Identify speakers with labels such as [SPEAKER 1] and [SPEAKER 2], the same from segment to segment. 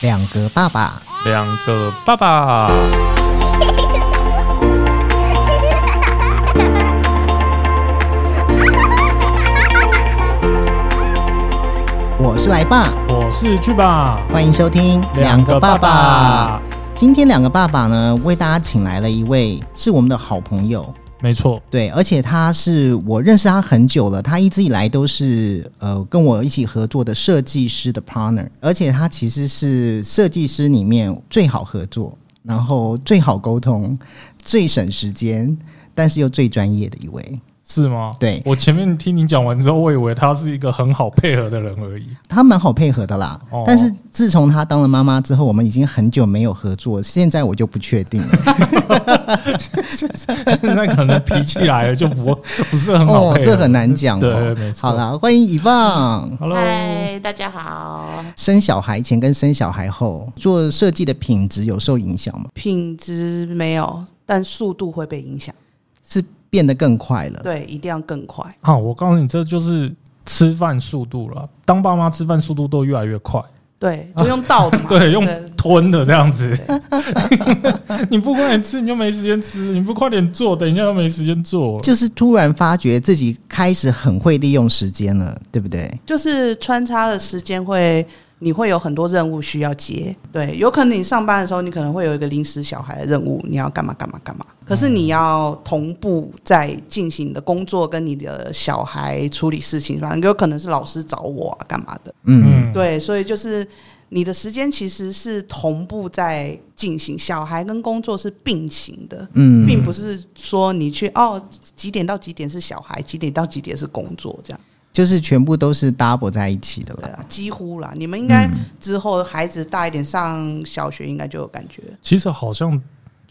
[SPEAKER 1] 两个爸爸，
[SPEAKER 2] 两个爸爸。
[SPEAKER 1] 我是来爸，
[SPEAKER 2] 我是去吧，
[SPEAKER 1] 欢迎收听
[SPEAKER 2] 两个爸爸。
[SPEAKER 1] 今天两个爸爸呢，为大家请来了一位是我们的好朋友，
[SPEAKER 2] 没错，
[SPEAKER 1] 对，而且他是我认识他很久了，他一直以来都是呃跟我一起合作的设计师的 partner，而且他其实是设计师里面最好合作，然后最好沟通，最省时间，但是又最专业的一位。
[SPEAKER 2] 是吗？
[SPEAKER 1] 对
[SPEAKER 2] 我前面听你讲完之后，我以为他是一个很好配合的人而已。
[SPEAKER 1] 他蛮好配合的啦，
[SPEAKER 2] 哦
[SPEAKER 1] 但是自从他当了妈妈之后，我们已经很久没有合作，现在我就不确定了。
[SPEAKER 2] 现在可能脾气来了，就不不是 很好
[SPEAKER 1] 哦，
[SPEAKER 2] 配合。
[SPEAKER 1] 这很难讲、哦。
[SPEAKER 2] 对没错
[SPEAKER 1] 好啦，欢迎以棒。
[SPEAKER 2] Hello，
[SPEAKER 3] 嗨，大家好。
[SPEAKER 1] 生小孩前跟生小孩后做设计的品质有受影响吗？
[SPEAKER 3] 品质没有，但速度会被影响。
[SPEAKER 1] 是变得更快了？
[SPEAKER 3] 对，一定要更快。
[SPEAKER 2] 啊，我告诉你，这就是吃饭速度了。当爸妈吃饭速度都越来越快，
[SPEAKER 3] 对，就用倒的嘛。
[SPEAKER 2] 对，用吞的这样子。 你不快点吃，你就没时间吃；你不快点做，等一下又没时间做。
[SPEAKER 1] 就是突然发觉自己开始很会利用时间了，对不对？
[SPEAKER 3] 就是穿插的时间会，你会有很多任务需要接。对，有可能你上班的时候，你可能会有一个临时小孩的任务，你要干嘛干嘛干嘛。可是你要同步在进行你的工作，跟你的小孩处理事情，反正有可能是老师找我啊，干嘛的。
[SPEAKER 1] 嗯，
[SPEAKER 2] 嗯，
[SPEAKER 3] 对，所以就是你的时间其实是同步在进行，小孩跟工作是并行的，
[SPEAKER 1] 嗯
[SPEAKER 3] 并不是说你去哦几点到几点是小孩，几点到几点是工作这样，
[SPEAKER 1] 就是全部都是 double 在一起的嗯
[SPEAKER 3] 对
[SPEAKER 1] 了。
[SPEAKER 3] 啊，几乎啦。你们应该之后孩子大一点上小学应该就有感觉，
[SPEAKER 2] 其实好像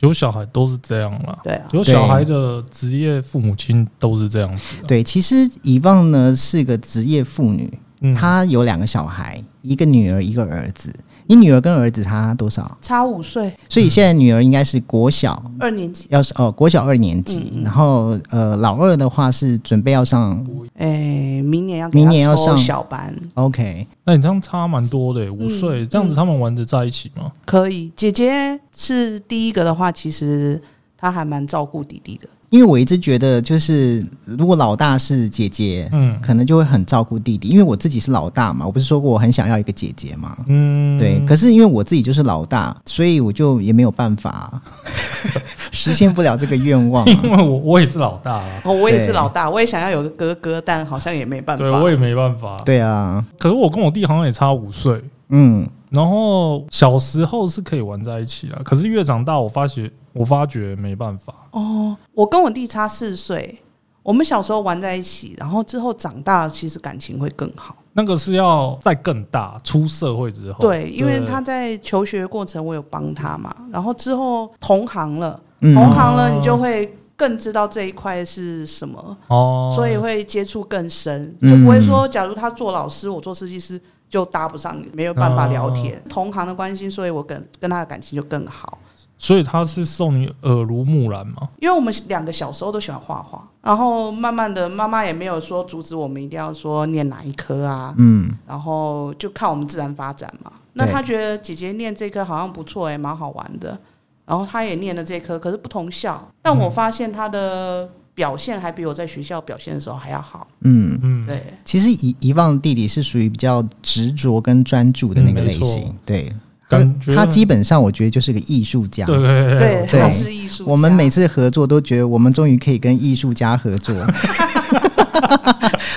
[SPEAKER 2] 有小孩都是这样啦。
[SPEAKER 3] 对啊，
[SPEAKER 2] 有小孩的职业父母亲都是这样子啊的。
[SPEAKER 1] 对，其实以旺呢是个职业妇女，
[SPEAKER 2] 嗯，
[SPEAKER 1] 她有两个小孩，一个女儿，一个儿子。你女儿跟儿子差多少？
[SPEAKER 3] 差五岁，
[SPEAKER 1] 所以现在女儿应该是国小，
[SPEAKER 2] 嗯
[SPEAKER 3] 二年级，
[SPEAKER 1] 要是哦国小二年级，然后呃老二的话是准备要上
[SPEAKER 2] 嗯
[SPEAKER 3] 哎，明年要给
[SPEAKER 1] 明
[SPEAKER 3] 他
[SPEAKER 1] 年要
[SPEAKER 3] 抽
[SPEAKER 1] 上
[SPEAKER 3] 小班，
[SPEAKER 1] OK，
[SPEAKER 2] 那你这样差蛮多的耶，
[SPEAKER 3] 嗯
[SPEAKER 2] 五岁、这样子他们玩得在一起吗？
[SPEAKER 3] 可以。姐姐是第一个的话，其实她还蛮照顾弟弟的。
[SPEAKER 1] 因为我一直觉得就是如果老大是姐姐，
[SPEAKER 2] 嗯
[SPEAKER 1] 可能就会很照顾弟弟，因为我自己是老大嘛，我不是说过我很想要一个姐姐嘛。
[SPEAKER 2] 嗯，
[SPEAKER 1] 对，可是因为我自己就是老大，所以我就也没有办法 实现不了这个愿望、
[SPEAKER 2] 因
[SPEAKER 1] 啊。
[SPEAKER 2] 为我我也是老大啊啦，
[SPEAKER 3] 哦，我也是
[SPEAKER 1] 对
[SPEAKER 3] 老大，我也想要有个哥哥，但好像也没办法。
[SPEAKER 2] 对我也没办法。，
[SPEAKER 1] 对啊，
[SPEAKER 2] 可是我跟我弟好像也差五岁，
[SPEAKER 1] 嗯，
[SPEAKER 2] 然后小时候是可以玩在一起啊啦，可是越长大，我发觉我发觉没办法。
[SPEAKER 3] 我跟我弟差四岁，我们小时候玩在一起，然后之后长大，其实感情会更好。
[SPEAKER 2] 那个是要再更大，出社会之后。
[SPEAKER 3] 对，因为他在求学过程，我有帮他嘛，然后之后同行了，
[SPEAKER 1] 嗯
[SPEAKER 3] 同行了，你就会更知道这一块是什么，
[SPEAKER 2] 哦，
[SPEAKER 3] 所以会接触更深，就
[SPEAKER 1] 嗯
[SPEAKER 3] 不会说，假如他做老师，我做设计师。就搭不上，没有办法聊天，同行的关系，所以我跟跟他的感情就更好。
[SPEAKER 2] 所以他是受你耳濡目染嘛。
[SPEAKER 3] 因为我们两个小时候都喜欢画画，然后慢慢的，妈妈也没有说阻止我们一定要说念哪一科啊，
[SPEAKER 1] 嗯，
[SPEAKER 3] 然后就看我们自然发展嘛。那
[SPEAKER 1] 对
[SPEAKER 3] 她觉得姐姐念这科好像不错、欸，蛮好玩的，然后她也念了这科，可是不同校，但我发现她的表现还比我在学校表现的时候还要好。
[SPEAKER 1] 嗯，
[SPEAKER 2] 嗯，
[SPEAKER 3] 对，
[SPEAKER 1] 其实遗遗忘弟弟是属于比较执着跟专注的那个
[SPEAKER 2] 嗯
[SPEAKER 1] 类
[SPEAKER 2] 没错
[SPEAKER 1] 型，对，他
[SPEAKER 2] 感觉
[SPEAKER 1] 他基本上我觉得就是个艺术家，
[SPEAKER 2] 对对对
[SPEAKER 3] 对，
[SPEAKER 1] 对
[SPEAKER 3] 她是艺术家，
[SPEAKER 1] 我们每次合作都觉得我们终于可以跟艺术家合作，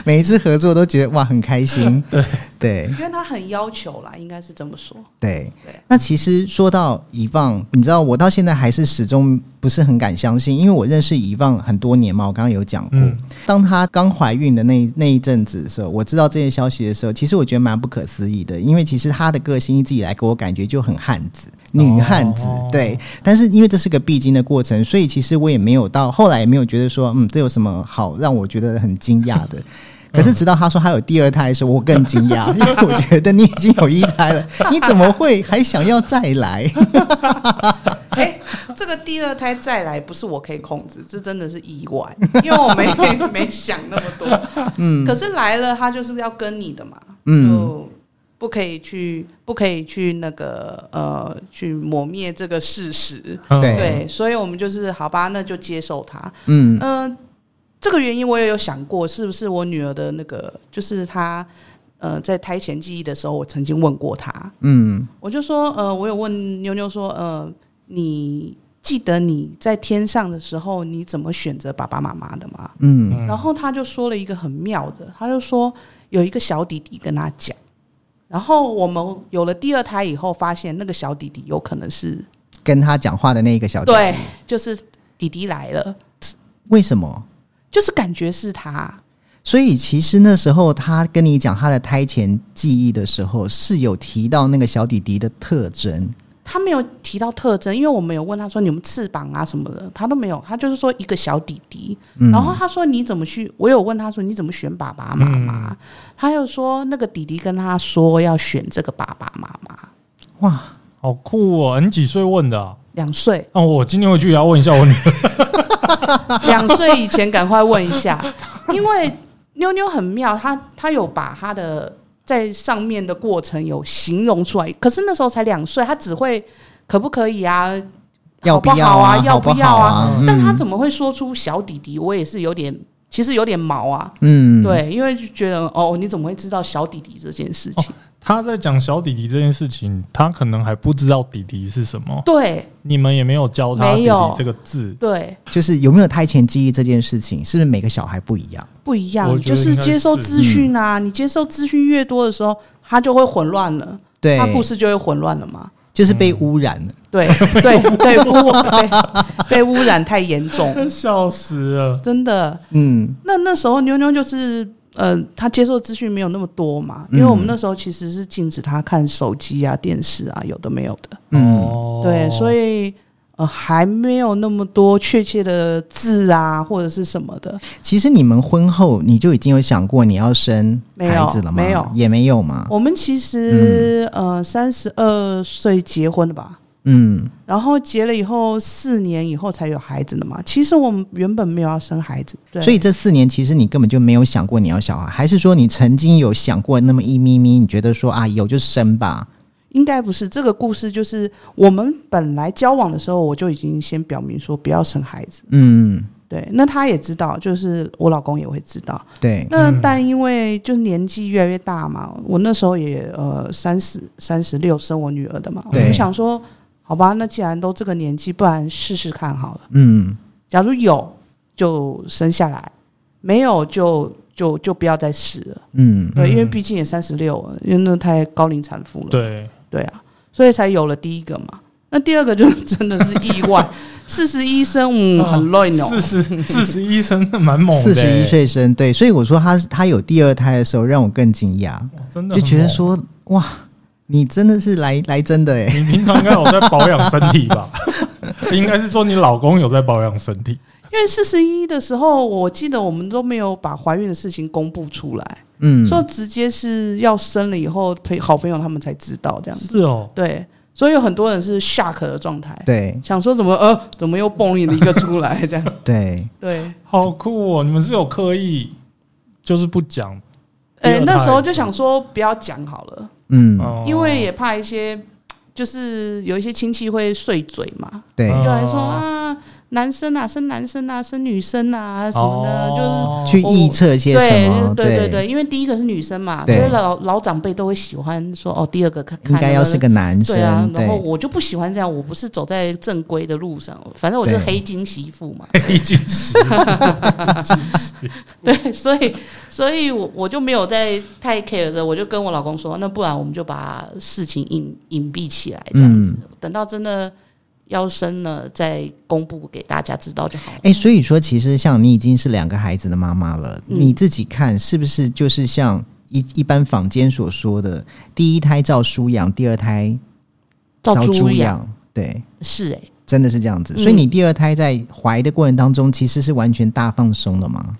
[SPEAKER 1] 每一次合作都觉得哇很开心。对对
[SPEAKER 3] 因为她很要求啦，应该是这么说。
[SPEAKER 1] 对
[SPEAKER 3] 对。
[SPEAKER 1] 那其实说到遗忘，你知道我到现在还是始终不是很敢相信，因为我认识遗忘很多年嘛，我刚刚有讲过。
[SPEAKER 2] 嗯
[SPEAKER 1] 当她刚怀孕的那那一阵子的时候，我知道这些消息的时候，其实我觉得蛮不可思议的，因为其实她的个性一直以来给我感觉就很汉子，女汉子，
[SPEAKER 2] 哦
[SPEAKER 1] 对。但是因为这是个必经的过程，所以其实我也没有到后来也没有觉得说，嗯，这有什么好让我觉得很惊讶的。可
[SPEAKER 3] 嗯
[SPEAKER 1] 是直到她说她有第二胎的时候，我更惊 讶，因为我觉得你已经有一胎了，你怎么会还想要再 来？
[SPEAKER 3] 哎、这个第二胎再来不是我可以控制，这真的是意外，因为我没 没想那么多。嗯，可是来了，他就是要跟你的嘛。嗯，不可以去，不可以去那个呃，去抹灭这个事实。
[SPEAKER 2] 嗯
[SPEAKER 1] 对
[SPEAKER 3] 对，所以我们就是好吧，那就接受它。
[SPEAKER 1] 嗯
[SPEAKER 3] 嗯、这个原因我也有想过，是不是我女儿的那个，就是她呃在胎前记忆的时候，我曾经问过她，
[SPEAKER 1] 嗯
[SPEAKER 3] 我就说呃，我有问妞妞说，呃，你记得你在天上的时候，你怎么选择爸爸妈妈的吗？
[SPEAKER 1] 嗯
[SPEAKER 2] 嗯
[SPEAKER 3] 然后他就说了一个很妙的，他就说有一个小弟弟跟他讲，然后我们有了第二胎以后，发现那个小弟弟有可能是
[SPEAKER 1] 跟他讲话的那个小姐，
[SPEAKER 3] 对，就是弟弟来了，
[SPEAKER 1] 为什么？
[SPEAKER 3] 就是感觉是他，
[SPEAKER 1] 所以其实那时候他跟你讲他的胎前记忆的时候，是有提到那个小弟弟的特征。
[SPEAKER 3] 他没有提到特征，因为我们有问他说你们翅膀啊什么的，他都没有，他就是说一个小弟弟，
[SPEAKER 1] 嗯
[SPEAKER 3] 然后他说你怎么去，我有问他说你怎么选爸爸妈妈，他又说那个弟弟跟他说要选这个爸爸妈妈，
[SPEAKER 1] 哇，
[SPEAKER 2] 好酷哦！你几岁问的啊？
[SPEAKER 3] 两 岁。
[SPEAKER 2] 哦，我今天回去也要问一下我女儿。
[SPEAKER 3] 两岁以前赶快问一下，因为妞妞很妙，她她有把她的在上面的过程有形容出来，可是那时候才两岁，她只会可不可以啊，
[SPEAKER 1] 要
[SPEAKER 3] 好
[SPEAKER 1] 不
[SPEAKER 3] 不
[SPEAKER 1] 要
[SPEAKER 3] 好啊，
[SPEAKER 1] 要
[SPEAKER 3] 不
[SPEAKER 1] 好
[SPEAKER 3] 啊？
[SPEAKER 1] 啊？
[SPEAKER 3] 但她
[SPEAKER 1] 嗯
[SPEAKER 3] 怎么会说出小弟弟？我也是有点，其实有点毛啊。
[SPEAKER 1] 嗯，
[SPEAKER 3] 对，因为就觉得哦，你怎么会知道小弟弟这件事
[SPEAKER 1] 哦
[SPEAKER 3] 情？
[SPEAKER 2] 她在讲小弟弟这件事情，她可能还不知道弟弟是什么，
[SPEAKER 3] 对
[SPEAKER 2] 你们也没有教她弟
[SPEAKER 3] 没
[SPEAKER 2] 弟
[SPEAKER 3] 有
[SPEAKER 2] 这个字。
[SPEAKER 3] 对，
[SPEAKER 1] 就是有没有胎前记忆这件事情，是不是每个小孩不一样？
[SPEAKER 3] 不一
[SPEAKER 2] 我
[SPEAKER 3] 样，
[SPEAKER 2] 觉得
[SPEAKER 3] 就
[SPEAKER 2] 应
[SPEAKER 3] 是
[SPEAKER 2] 该
[SPEAKER 3] 接受
[SPEAKER 2] 是
[SPEAKER 3] 资
[SPEAKER 1] 嗯
[SPEAKER 3] 讯啊，你接受资讯越多的时候，他就会混乱了，
[SPEAKER 1] 对
[SPEAKER 3] 他，故事嗯就会混乱了嘛。
[SPEAKER 1] 就是被污染了。
[SPEAKER 3] 对 对对，污被被污染太严重，
[SPEAKER 2] 笑死了！
[SPEAKER 3] 真的。
[SPEAKER 1] 嗯
[SPEAKER 3] 那那时候妞妞就是，呃，她接受资讯没有那么多嘛，因为
[SPEAKER 1] 嗯
[SPEAKER 3] 我们那时候其实是禁止她看手机啊、电视啊，有的没有的。
[SPEAKER 1] 嗯
[SPEAKER 2] 哦
[SPEAKER 3] 对，所以呃，还没有那么多确切的字啊，或者是什么的。
[SPEAKER 1] 其实你们婚后你就已经有想过你要生孩子了吗？
[SPEAKER 3] 没有没有
[SPEAKER 1] 也没有嘛。
[SPEAKER 3] 我们其实、呃，三十二岁结婚的吧。
[SPEAKER 1] 嗯，
[SPEAKER 3] 然后结了以后，四年以后才有孩子的嘛。其实我们原本没有要生孩子，对
[SPEAKER 1] 所以这四年其实你根本就没有想过你要小孩，还是说你曾经有想过那么一咪咪？你觉得说啊有就生吧？
[SPEAKER 3] 应该不是这个故事，就是我们本来交往的时候，我就已经先表明说不要生孩子。
[SPEAKER 1] 嗯，
[SPEAKER 3] 对，那他也知道，就是我老公也会知道。
[SPEAKER 1] 对，
[SPEAKER 3] 那
[SPEAKER 2] 嗯
[SPEAKER 3] 但因为就年纪越来越大嘛，我那时候也呃三十三十六生我女儿的嘛，我
[SPEAKER 1] 对
[SPEAKER 3] 就想说，好吧，那既然都这个年纪，不然试试看好了。
[SPEAKER 1] 嗯
[SPEAKER 3] 假如有就生下来，没有就就就不要再试了。
[SPEAKER 1] 嗯
[SPEAKER 3] 对，因为
[SPEAKER 2] 嗯
[SPEAKER 3] 毕竟也三十六了，因为那太高龄产妇了。
[SPEAKER 2] 对，
[SPEAKER 3] 对啊，所以才有了第一个嘛。那第二个就是真的是意外， 四十一生，嗯，很乱哦。
[SPEAKER 2] 四十四十一生的蛮猛的、欸
[SPEAKER 1] 四十一 岁生，对，所以我说他他有第二胎的时候让我更惊讶，
[SPEAKER 2] 哇，真的
[SPEAKER 1] 就
[SPEAKER 2] 很
[SPEAKER 1] 觉得
[SPEAKER 2] 猛
[SPEAKER 1] 说哇，你真的是来来真的哎，
[SPEAKER 2] 你平常应该有在保养身体 吧？应该是说你老公有在保养身体。
[SPEAKER 3] 因为四十一的时候，我记得我们都没有把怀孕的事情公布出来，
[SPEAKER 1] 嗯，
[SPEAKER 3] 说直接是要生了以后，朋好朋友他们才知道这样子。
[SPEAKER 2] 是哦，
[SPEAKER 3] 对，所以有很多人是 shock 的状态，
[SPEAKER 1] 对
[SPEAKER 3] 想说怎么呃怎么又蹦了一个出来这样。
[SPEAKER 1] 对，
[SPEAKER 3] 对，
[SPEAKER 2] 好酷哦！你们是有刻意就是不讲，第
[SPEAKER 3] 哎、
[SPEAKER 2] 二胎
[SPEAKER 3] 那时候就想说不要讲好了，
[SPEAKER 1] 嗯，
[SPEAKER 2] 哦
[SPEAKER 3] 因为也怕一些就是有一些亲戚会碎嘴嘛，
[SPEAKER 1] 对，
[SPEAKER 2] 嗯
[SPEAKER 3] 就来说啊，男生啊，生男生啊，生女生啊，什么的，就是。
[SPEAKER 2] 哦
[SPEAKER 1] 去臆测些什
[SPEAKER 3] 对
[SPEAKER 1] 么，
[SPEAKER 3] 对对对，因为第一个是女生嘛，所
[SPEAKER 1] 对
[SPEAKER 3] 以老老长辈都会喜欢说哦，第二个看看
[SPEAKER 1] 应该要是
[SPEAKER 3] 那
[SPEAKER 1] 个男
[SPEAKER 3] 对啊
[SPEAKER 1] 生，，
[SPEAKER 3] 然后
[SPEAKER 1] 对，
[SPEAKER 3] 我就不喜欢这样，我不是走在正规的路上，反正我就是
[SPEAKER 1] 对
[SPEAKER 3] 黑金媳妇嘛，
[SPEAKER 2] 黑金石，黑金石
[SPEAKER 3] 对，所以所以我我就没有在太 care 的，我就跟我老公说，那不然我们就把事情隐隐蔽起来，这样子，
[SPEAKER 1] 嗯
[SPEAKER 3] 等到真的要生了再公布给大家知道就好了。
[SPEAKER 1] 哎，所以说其实像你已经是两个孩子的妈妈了，
[SPEAKER 3] 嗯
[SPEAKER 1] 你自己看是不是就是像一一般坊间所说的，第一胎照书养，第二胎
[SPEAKER 3] 照
[SPEAKER 1] 猪
[SPEAKER 3] 猪养，
[SPEAKER 1] 对。
[SPEAKER 3] 是哎、
[SPEAKER 1] 真的是这样子，
[SPEAKER 3] 嗯
[SPEAKER 1] 所以你第二胎在怀的过程当中，其实是完全大放松了吗？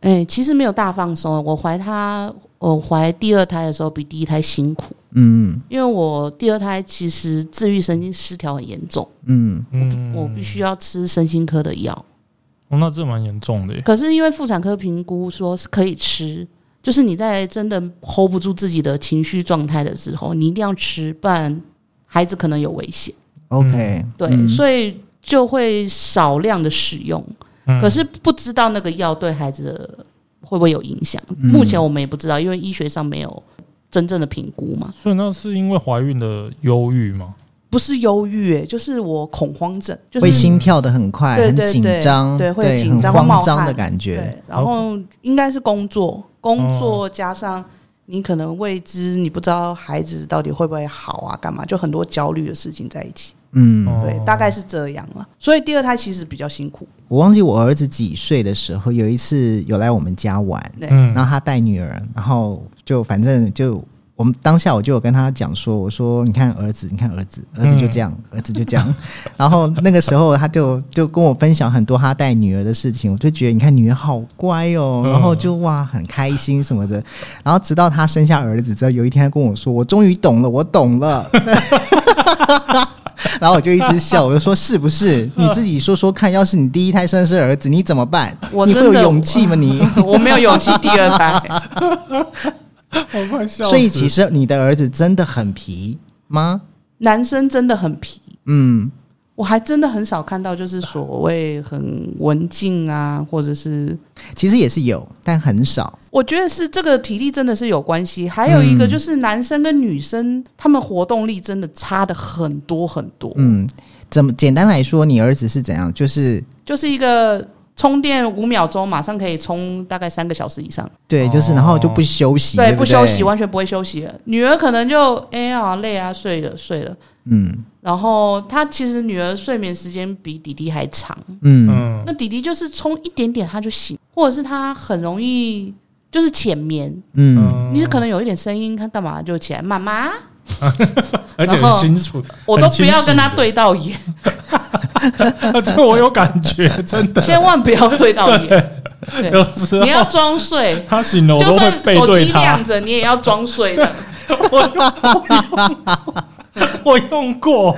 [SPEAKER 3] 哎、其实没有大放松。啊我怀他，我怀第二胎的时候比第一胎辛苦，
[SPEAKER 1] 嗯
[SPEAKER 3] 因为我第二胎其实自律神经失调很严重，
[SPEAKER 1] 嗯
[SPEAKER 2] 嗯
[SPEAKER 3] 我必须要吃身心科的药。
[SPEAKER 2] 哦那这蛮严重的耶。
[SPEAKER 3] 可是因为妇产科评估说是可以吃，就是你在真的 hold 不住自己的情绪状态的时候，你一定要吃，不然孩子可能有危险。
[SPEAKER 1] OK，
[SPEAKER 3] 对，
[SPEAKER 1] 嗯
[SPEAKER 3] 所以就会少量的使用，
[SPEAKER 2] 嗯
[SPEAKER 3] 可是不知道那个药对孩子的会不会有影响。
[SPEAKER 1] 嗯
[SPEAKER 3] 目前我们也不知道，因为医学上没有真正的评估嘛。
[SPEAKER 2] 所以那是因为怀孕的忧郁吗？
[SPEAKER 3] 不是忧郁，哎，就是我恐慌症，就
[SPEAKER 1] 会
[SPEAKER 3] 是
[SPEAKER 1] 心跳的很快，
[SPEAKER 3] 对
[SPEAKER 1] 很
[SPEAKER 3] 对
[SPEAKER 1] 紧
[SPEAKER 3] 对
[SPEAKER 1] 张，
[SPEAKER 3] 对会紧
[SPEAKER 1] 很
[SPEAKER 3] 张会
[SPEAKER 1] 慌
[SPEAKER 3] 冒
[SPEAKER 1] 张的
[SPEAKER 3] 汗
[SPEAKER 1] 感觉。
[SPEAKER 3] 对，然后应该是工作，工作加上你可能未知，你不知道孩子到底会不会好啊，干嘛，就很多焦虑的事情在一起。
[SPEAKER 1] 嗯，
[SPEAKER 2] 哦
[SPEAKER 3] 对，大概是这样了。所以第二胎其实比较辛苦，
[SPEAKER 1] 我忘记我儿子几岁的时候，有一次有来我们家玩，
[SPEAKER 2] 嗯
[SPEAKER 1] 然后他带女儿，然后就反正就我们当下我就有跟他讲说，我说你看儿子，你看儿子，儿子就这样，
[SPEAKER 2] 嗯
[SPEAKER 1] 儿子就这样。 然后那个时候他就就跟我分享很多他带女儿的事情，我就觉得你看女儿好乖哦，
[SPEAKER 2] 嗯
[SPEAKER 1] 然后就哇很开心什么的。然后直到他生下儿子之后，有一天他跟我说，我终于懂了，我懂了。 然后我就一直笑，我就说是不是？你自己说说看，要是你第一胎生的是儿子，你怎么办？
[SPEAKER 3] 我
[SPEAKER 1] 你会有
[SPEAKER 3] 真的
[SPEAKER 1] 勇气吗？你？
[SPEAKER 3] 我没有勇气第二胎。
[SPEAKER 2] 我快笑死。
[SPEAKER 1] 所以其实你的儿子真的很皮吗？
[SPEAKER 3] 男生真的很皮，
[SPEAKER 1] 嗯，
[SPEAKER 3] 我还真的很少看到，就是所谓很文静啊，或者是
[SPEAKER 1] 其实也是有，但很少。
[SPEAKER 2] 哦
[SPEAKER 3] 我觉得是这个体力真的是有关系，还有一个就是男生跟女生他们活动力真的差的很多很多，
[SPEAKER 1] 嗯，怎么简单来说，你儿子是怎样？就是
[SPEAKER 3] 就是一个充电五秒钟马上可以充大概三个小时以上，
[SPEAKER 1] 对，就是
[SPEAKER 2] 哦
[SPEAKER 1] 然后就不休息，对，
[SPEAKER 3] 不休息，。完全不会休息了。女儿可能就哎呀、累啊，睡了睡了，
[SPEAKER 1] 嗯
[SPEAKER 3] 然后她其实女儿睡眠时间比弟弟还长，
[SPEAKER 1] 嗯
[SPEAKER 2] 嗯
[SPEAKER 3] 那弟弟就是充一点点他就醒，或者是他很容易就是浅眠，
[SPEAKER 1] 嗯，
[SPEAKER 3] 你可能有一点声音，他干嘛就起来妈妈。
[SPEAKER 2] 而且
[SPEAKER 3] 然
[SPEAKER 2] 很
[SPEAKER 3] 后
[SPEAKER 2] 清楚，
[SPEAKER 3] 我都不要跟他 对到眼，
[SPEAKER 2] 这个我有感觉， 真的。
[SPEAKER 3] 千万不要对到眼。对，
[SPEAKER 2] 有时候
[SPEAKER 3] 你要装睡，
[SPEAKER 2] 他醒了，我
[SPEAKER 3] 就
[SPEAKER 2] 都会
[SPEAKER 3] 算
[SPEAKER 2] 背
[SPEAKER 3] 手
[SPEAKER 2] 对
[SPEAKER 3] 机亮
[SPEAKER 2] 他。
[SPEAKER 3] 着，你也要装睡的。
[SPEAKER 2] 我用过，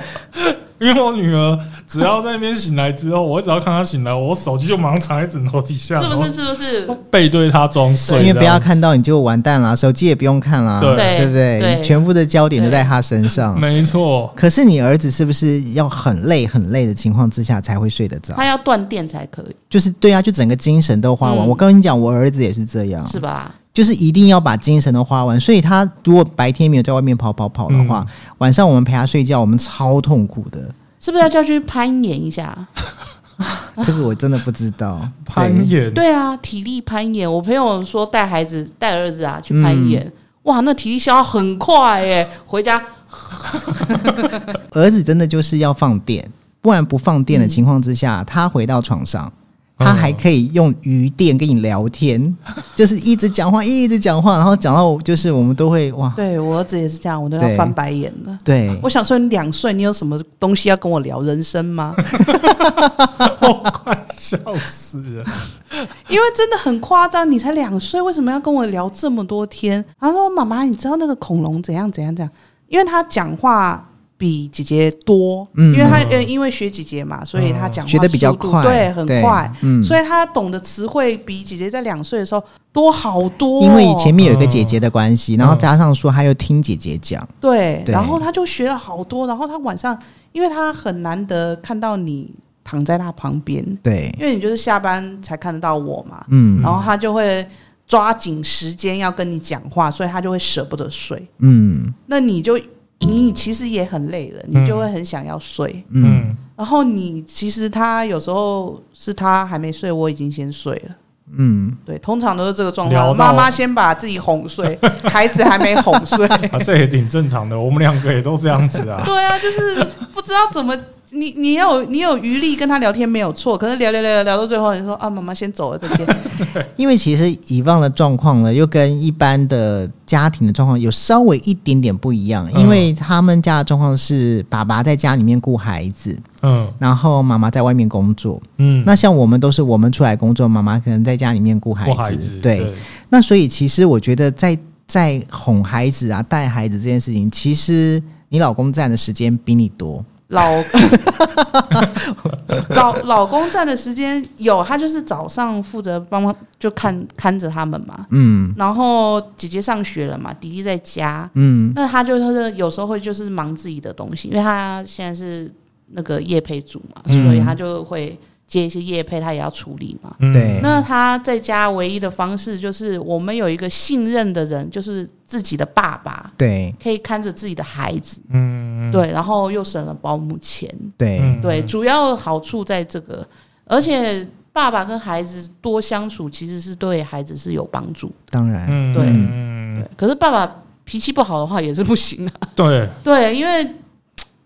[SPEAKER 2] 因为我女儿只要在那边醒来之后，我只要看她醒来，我手机就马上藏在枕头底下，
[SPEAKER 3] 是不是？
[SPEAKER 2] 然
[SPEAKER 3] 是不是？
[SPEAKER 2] 后背对她装睡？
[SPEAKER 1] 因为不要
[SPEAKER 2] 这
[SPEAKER 1] 看到你就完蛋了，手机也不用看了，
[SPEAKER 2] 对
[SPEAKER 1] 对不对？
[SPEAKER 3] 对
[SPEAKER 1] 全部的焦点都在他身
[SPEAKER 2] 样，
[SPEAKER 1] 上。
[SPEAKER 2] 没错，
[SPEAKER 1] 可是你儿子是不是要很累很累的情况之下才会睡得着？
[SPEAKER 3] 他要断电才可以，
[SPEAKER 1] 就是对啊，就整个精神都花完。
[SPEAKER 3] 嗯
[SPEAKER 1] 我跟你讲，我儿子也是这样，
[SPEAKER 3] 是吧？
[SPEAKER 1] 就是一定要把精神都花完，所以他如果白天没有在外面跑跑跑的话，
[SPEAKER 3] 嗯
[SPEAKER 1] 晚上我们陪他睡觉，我们超痛苦 的。
[SPEAKER 3] 是不是要叫去攀岩一下？
[SPEAKER 1] 这个我真的不知道。
[SPEAKER 2] 攀岩，
[SPEAKER 3] 对啊，体力攀岩。我朋友说带孩子带儿子啊去攀岩，哇，那体力消耗很快耶。回家
[SPEAKER 1] 对儿子真的就是要放电，不然不放电的情况之下，他回到床上。
[SPEAKER 2] 嗯
[SPEAKER 1] 他还可以用余电跟你聊 天，就是一直讲话，一直讲话，然后讲到就是我们都会哇，
[SPEAKER 3] 对我儿子也是这样，我都
[SPEAKER 1] 对
[SPEAKER 3] 要翻白眼了。
[SPEAKER 1] 对，
[SPEAKER 3] 我想说，你两岁，你有什么东西要跟我聊人生吗？
[SPEAKER 2] 我快 笑死了。
[SPEAKER 3] 因为真的很夸张，你才两岁，为什么要跟我聊这么多天？然后说妈妈，你知道那个恐龙怎样怎样怎样？因为他讲话比姐姐多，
[SPEAKER 1] 嗯哦
[SPEAKER 3] 因为他呃因为学姐姐嘛，所以他讲话
[SPEAKER 1] 学得比较
[SPEAKER 3] 速度
[SPEAKER 1] 快，
[SPEAKER 3] 对，很快，，
[SPEAKER 1] 嗯，
[SPEAKER 3] 所以他懂的词汇比姐姐在两岁的时候多好多哦、嗯
[SPEAKER 1] 因为前面有一个姐姐的关系，然后加上说他又听姐姐讲，
[SPEAKER 3] 对，
[SPEAKER 1] 对
[SPEAKER 3] 然后他就学了好多，然后他晚上，因为他很难得看到你躺在他旁边，
[SPEAKER 1] 对，
[SPEAKER 3] 因为你就是下班才看得到我嘛，
[SPEAKER 1] 嗯
[SPEAKER 3] 然后他就会抓紧时间要跟你讲话，所以他就会舍不得睡。
[SPEAKER 1] 嗯。
[SPEAKER 3] 那你就你其实也很累了，你就会很想要睡。
[SPEAKER 1] 嗯，
[SPEAKER 3] 然后你其实他有时候是他还没睡，我已经先睡了。
[SPEAKER 1] 嗯，
[SPEAKER 3] 对，通常都是这个状
[SPEAKER 2] 聊
[SPEAKER 3] 况。
[SPEAKER 2] 到
[SPEAKER 3] 妈妈先把自己哄睡， 孩子还没哄睡。
[SPEAKER 2] 啊，这也挺正常的，我们两个也都这样子 啊。
[SPEAKER 3] 对啊，就是不知道怎么。你你要有你有余力跟他聊天没有错，可是聊聊聊聊聊到最后，你说啊，妈妈先走了，再见。
[SPEAKER 1] 因为其实以往的状况呢，又跟一般的家庭的状况有稍微一点点不一样，
[SPEAKER 2] 嗯
[SPEAKER 1] 因为他们家的状况是爸爸在家里面顾孩子，
[SPEAKER 2] 嗯
[SPEAKER 1] 然后妈妈在外面工作。
[SPEAKER 2] 嗯，
[SPEAKER 1] 那像我们都是我们出来工作，妈妈可能在家里面顾孩
[SPEAKER 2] 过
[SPEAKER 1] 子。
[SPEAKER 2] 孩子
[SPEAKER 1] 对，那所以其实我觉得在在哄孩子啊、带孩子这件事情，其实你老公占的时间比你多。
[SPEAKER 3] 老 老老公站的时间有，他就是早上负责帮忙就看看着他们嘛。
[SPEAKER 1] 嗯
[SPEAKER 3] 然后姐姐上学了嘛，弟弟在家，
[SPEAKER 1] 嗯
[SPEAKER 3] 那他就是有时候会就是忙自己的东西，因为他现在是那个业配组嘛，
[SPEAKER 1] 嗯
[SPEAKER 3] 所以他就会接一些业配，他也要处理嘛。
[SPEAKER 2] 嗯
[SPEAKER 1] 对
[SPEAKER 3] 那他在家唯一的方式就是我们有一个信任的人，就是自己的爸爸，
[SPEAKER 1] 对
[SPEAKER 3] 可以看着自己的孩子，
[SPEAKER 2] 嗯，
[SPEAKER 3] 对，然后又省了保姆钱，
[SPEAKER 1] 对、
[SPEAKER 2] 嗯
[SPEAKER 3] 对，主要好处在这个，而且爸爸跟孩子多相处其实是对孩子是有帮助的。
[SPEAKER 1] 当然、
[SPEAKER 2] 嗯
[SPEAKER 3] 对
[SPEAKER 2] 嗯
[SPEAKER 3] 对可是爸爸脾气不好的话也是不行 啊，
[SPEAKER 2] 对，
[SPEAKER 3] 对，因为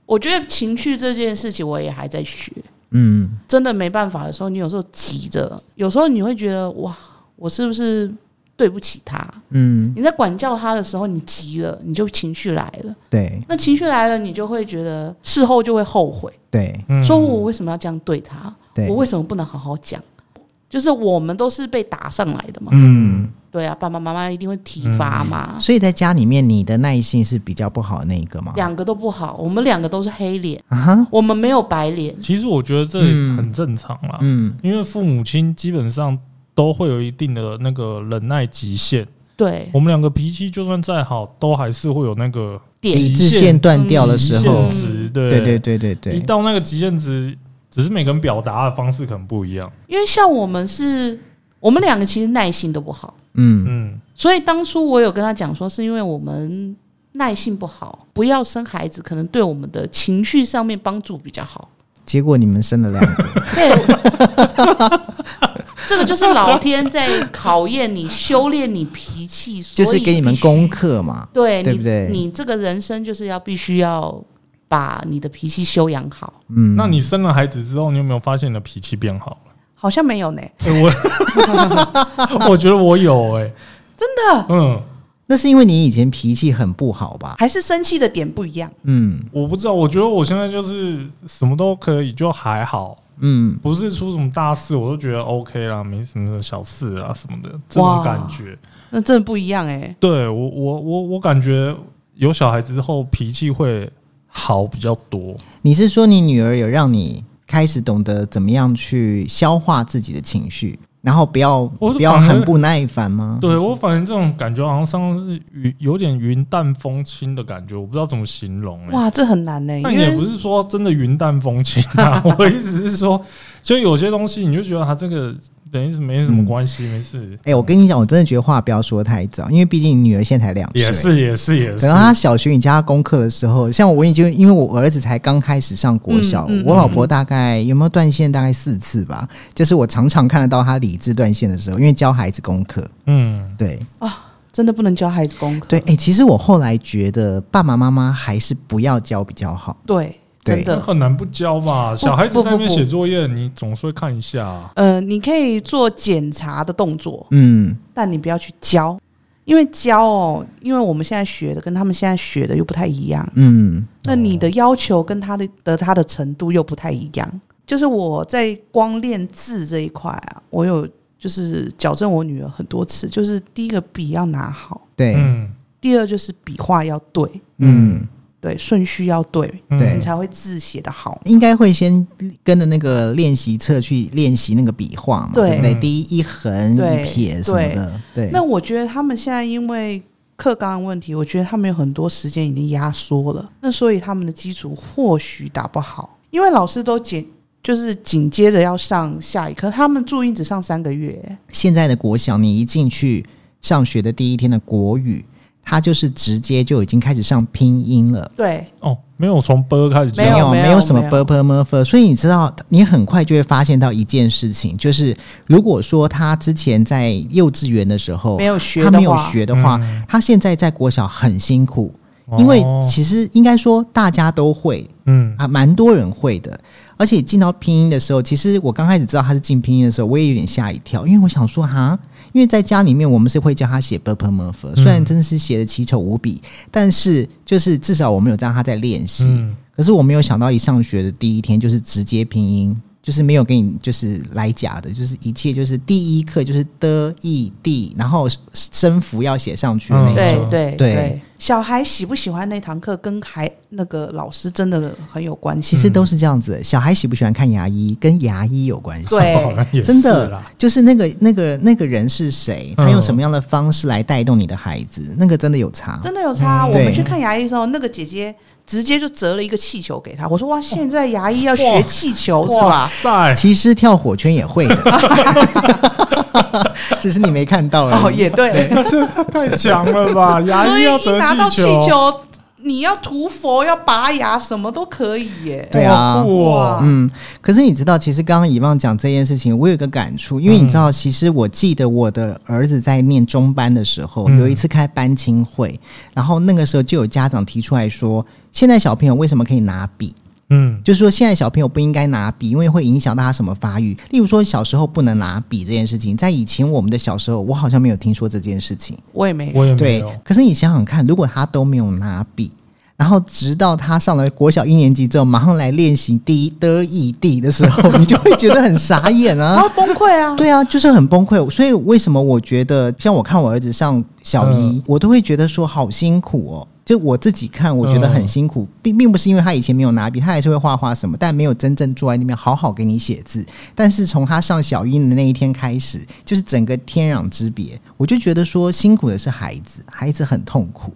[SPEAKER 3] 我觉得情绪这件事情我也还在学，
[SPEAKER 1] 嗯，
[SPEAKER 3] 真的没办法的时候，你有时候急着，有时候你会觉得哇，我是不是对不起他？
[SPEAKER 1] 嗯，
[SPEAKER 3] 你在管教他的时候，你急了，你就情绪来了。
[SPEAKER 1] 对
[SPEAKER 3] 那情绪来了，你就会觉得事后就会后悔，
[SPEAKER 1] 对
[SPEAKER 2] 嗯
[SPEAKER 3] 说我为什么要这样对他？
[SPEAKER 1] 对
[SPEAKER 3] 我，为什么不能好好讲？就是我们都是被打上来的嘛，
[SPEAKER 2] 嗯
[SPEAKER 3] 对啊，爸爸妈妈一定会体罚嘛，
[SPEAKER 1] 所以在家里面，你的耐性是比较不好的那一
[SPEAKER 2] 嗯
[SPEAKER 1] 个吗？
[SPEAKER 3] 两个都不好，我们两个都是黑脸，
[SPEAKER 1] 啊哈，
[SPEAKER 3] 我们没有白脸，
[SPEAKER 2] 其实我觉得这
[SPEAKER 1] 嗯
[SPEAKER 2] 很正常啦，
[SPEAKER 1] 嗯
[SPEAKER 2] 因为父母亲基本上都会有一定的那个忍耐极限。
[SPEAKER 3] 对，
[SPEAKER 2] 我们两个脾气就算再好，都还是会有那个
[SPEAKER 3] 点
[SPEAKER 1] 理智
[SPEAKER 2] 极限
[SPEAKER 1] 线断掉的
[SPEAKER 2] 极
[SPEAKER 1] 时候
[SPEAKER 2] 限
[SPEAKER 3] 嗯，
[SPEAKER 2] 值。对
[SPEAKER 1] 对对对对
[SPEAKER 2] 一
[SPEAKER 1] 对，
[SPEAKER 2] 到那个极限值，只是每个人表达的方式可能不一样。
[SPEAKER 3] 因为像我们是，我们两个其实耐性都不好，
[SPEAKER 1] 嗯
[SPEAKER 2] 嗯
[SPEAKER 3] 所以当初我有跟他讲说，是因为我们耐性不好，不要生孩子，可能对我们的情绪上面帮助比较好。
[SPEAKER 1] 结果你们生了两个，
[SPEAKER 3] 这个就是老天在考验你、修炼你脾气，所
[SPEAKER 1] 就
[SPEAKER 3] 以
[SPEAKER 1] 是给你们
[SPEAKER 3] 必须
[SPEAKER 1] 功课嘛，
[SPEAKER 3] 对，
[SPEAKER 1] 对不对
[SPEAKER 3] 你你这个人生就是要必须要把你的脾气修养好。
[SPEAKER 1] 嗯，
[SPEAKER 2] 那你生了孩子之后，你有没有发现你的脾气变好了？
[SPEAKER 3] 好像没有呢，
[SPEAKER 2] 欸我我 觉得我有哎、真的，嗯，
[SPEAKER 1] 那是因为你以前脾气很不好吧？
[SPEAKER 3] 还是生气的点不一样。
[SPEAKER 1] 嗯
[SPEAKER 2] 我不知道，我觉得我现在就是什么都可以，就还好，
[SPEAKER 1] 嗯，
[SPEAKER 2] 不是出什么大事，我都觉得 OK 啦，没什么小事啊什么的这种
[SPEAKER 3] 哇
[SPEAKER 2] 感觉。
[SPEAKER 3] 那真的不一样哎、
[SPEAKER 2] 对我，我我我感觉有小孩之后脾气会好比较多。
[SPEAKER 1] 你是说你女儿有让你开始懂得怎么样去消化自己的情绪，然后不要
[SPEAKER 2] 我是
[SPEAKER 1] 不要
[SPEAKER 2] 反而
[SPEAKER 1] 很不耐烦吗？
[SPEAKER 2] 对我反正这种感觉好像像是云有点云淡风轻的感觉，我不知道怎么形容、欸。
[SPEAKER 3] 哇，这很难呢、
[SPEAKER 2] 但
[SPEAKER 3] 因
[SPEAKER 2] 也
[SPEAKER 3] 为
[SPEAKER 2] 不是说真的云淡风轻啊，我的意思是说，就有些东西你就觉得它这个等于是没什么关系，没事。
[SPEAKER 1] 哎、我跟你讲，我真的觉得话不要说太早，因为毕竟你女儿现在才两岁。
[SPEAKER 2] 也是也是也是
[SPEAKER 1] 等，到她小学你教她功课的时候，像我已经因为我儿子才刚开始上国小，
[SPEAKER 3] 嗯嗯
[SPEAKER 1] 我老婆大概有没有断线大概四次吧，就是我常常看得到她理智断线的时候，因为教孩子功课。
[SPEAKER 2] 嗯，
[SPEAKER 1] 对
[SPEAKER 3] 真的不能教孩子功课。
[SPEAKER 1] 对，哎、其实我后来觉得爸爸妈妈还是不要教比较好。
[SPEAKER 3] 对，
[SPEAKER 1] 对
[SPEAKER 3] 真
[SPEAKER 2] 那
[SPEAKER 3] 的。
[SPEAKER 2] 很难不教吧？小孩子
[SPEAKER 3] 不
[SPEAKER 2] 在那边
[SPEAKER 3] 不
[SPEAKER 2] 写作业，你总是会看一下啊。
[SPEAKER 3] 呃，你可以做检查的动作，
[SPEAKER 1] 嗯，
[SPEAKER 3] 但你不要去教，因为教哦，因为我们现在学的跟他们现在学的又不太一样，
[SPEAKER 1] 嗯
[SPEAKER 3] 那你的要求跟他的的他的程度又不太一样。就是我在光练字这一块啊，我有就是矫正我女儿很多次，就是第一个笔要拿好，，
[SPEAKER 1] 对，
[SPEAKER 2] 嗯
[SPEAKER 3] 第二就是笔画要对，
[SPEAKER 1] 嗯，
[SPEAKER 3] 对顺序要对，
[SPEAKER 2] 嗯
[SPEAKER 1] 对
[SPEAKER 3] 你才会字写得好。
[SPEAKER 1] 应该会先跟着那个练习册去练习那个笔画嘛，
[SPEAKER 3] 对
[SPEAKER 1] 对不对？
[SPEAKER 2] 嗯
[SPEAKER 1] 第一一横
[SPEAKER 3] 对
[SPEAKER 1] 一撇什么的，对，
[SPEAKER 3] 那我觉得他们现在因为课纲问题，我觉得他们有很多时间已经压缩了，那所以他们的基础或许打不好，因为老师都紧就是紧接着要上下一课，他们注音只上三个月，
[SPEAKER 1] 现在的国小，你一进去上学的第一天的国语，它就是直接就已经开始上拼音了。
[SPEAKER 3] 对，
[SPEAKER 2] 哦，没有从 b 开始教
[SPEAKER 3] 没，有
[SPEAKER 1] 没
[SPEAKER 3] 没有
[SPEAKER 1] 什么
[SPEAKER 3] 没有
[SPEAKER 1] b u r p e r m u r f e r 所以你知道，你很快就会发现到一件事情，就是如果说他之前在幼稚园的时候
[SPEAKER 3] 没有学
[SPEAKER 1] 哦他
[SPEAKER 3] 的
[SPEAKER 1] 没有
[SPEAKER 3] 话，
[SPEAKER 1] 学的话，
[SPEAKER 2] 嗯
[SPEAKER 1] 他现在在国小很辛苦，因为
[SPEAKER 2] 哦
[SPEAKER 1] 其实应该说大家都会，
[SPEAKER 2] 嗯
[SPEAKER 1] 啊，蛮多人会的。而且进到拼音的时候，其实我刚开始知道他是进拼音的时候，我也有点吓一跳，因为我想说哈，因为在家里面我们是会教他写 b u r p e r m u r f 虽
[SPEAKER 2] 嗯
[SPEAKER 1] 然真的是写的奇丑无比，但是就是至少我们有让他在练习。
[SPEAKER 2] 嗯
[SPEAKER 1] 可是我没有想到，一上学的第一天就是直接拼音，就是没有给你就是来假的，就是一切就是第一课就是的 e d，然后声符要写上去的那
[SPEAKER 2] 嗯
[SPEAKER 1] 一种。
[SPEAKER 3] 对对
[SPEAKER 1] 对
[SPEAKER 3] 对，小孩喜不喜欢那堂课，跟孩那个老师真的很有关系
[SPEAKER 1] 其。实都是这样子。小孩喜不喜欢看牙医，跟牙医有关系。
[SPEAKER 3] 对
[SPEAKER 2] 好 像也
[SPEAKER 1] 真
[SPEAKER 2] 是
[SPEAKER 1] 的
[SPEAKER 2] 啦，
[SPEAKER 1] 就是那个那个那个人是谁，
[SPEAKER 2] 嗯
[SPEAKER 1] 他用什么样的方式来带动你的孩子，那个真的有差。
[SPEAKER 3] 真的有差、
[SPEAKER 2] 嗯
[SPEAKER 3] 我们
[SPEAKER 1] 对
[SPEAKER 3] 去看牙医的时候，那个姐姐直接就折了一个气球给他。我说：“哇，现在牙医要学气球是
[SPEAKER 2] 哇
[SPEAKER 3] 吧
[SPEAKER 2] 塞，
[SPEAKER 1] 其实跳火圈也会的， 只是你没看到？”而
[SPEAKER 3] 哦，
[SPEAKER 1] 已。
[SPEAKER 3] 也对。
[SPEAKER 2] 太强了吧！牙
[SPEAKER 3] 所
[SPEAKER 2] 医要
[SPEAKER 3] 以一
[SPEAKER 2] 折
[SPEAKER 3] 拿到气
[SPEAKER 2] 球，
[SPEAKER 3] 球，你要涂佛、要拔牙，什么都可以耶。
[SPEAKER 1] 对啊
[SPEAKER 2] 哇酷哦
[SPEAKER 3] 哇，
[SPEAKER 1] 嗯，可是你知道，其实刚刚以望讲这件事情，我有个感触，
[SPEAKER 2] 嗯
[SPEAKER 1] 因为你知道，其实我记得我的儿子在念中班的时候，
[SPEAKER 2] 嗯
[SPEAKER 1] 有一次开班亲会，然后那个时候就有家长提出来说，现在小朋友为什么可以拿笔？
[SPEAKER 2] 嗯，
[SPEAKER 1] 就是说，现在小朋友不应该拿笔，因为会影响到他什么发育。例如说，小时候不能拿笔这件事情，在以前我们的小时候，我好像没有听说这件事情。
[SPEAKER 3] 我也 没有。
[SPEAKER 2] 我也没
[SPEAKER 1] 对
[SPEAKER 2] 有，，
[SPEAKER 1] 可是你想想看，如果他都没有拿笔，然后直到他上了国小一年级之后，马上来练习第一的异地的时候，你就会觉得很傻眼
[SPEAKER 3] 他
[SPEAKER 1] 啊。
[SPEAKER 3] 会崩溃啊！
[SPEAKER 1] 对啊，就是很崩溃。所以为什么我觉得，像我看我儿子上小一，我都会觉得说好辛苦哦。就我自己看，我觉得很辛苦，并并不是因为他以前没有拿笔，他还是会画画什么，但没有真正坐在那边好好给你写字。但是从他上小一的那一天开始，就是整个天壤之别。我就觉得说，辛苦的是孩子，孩子很痛苦。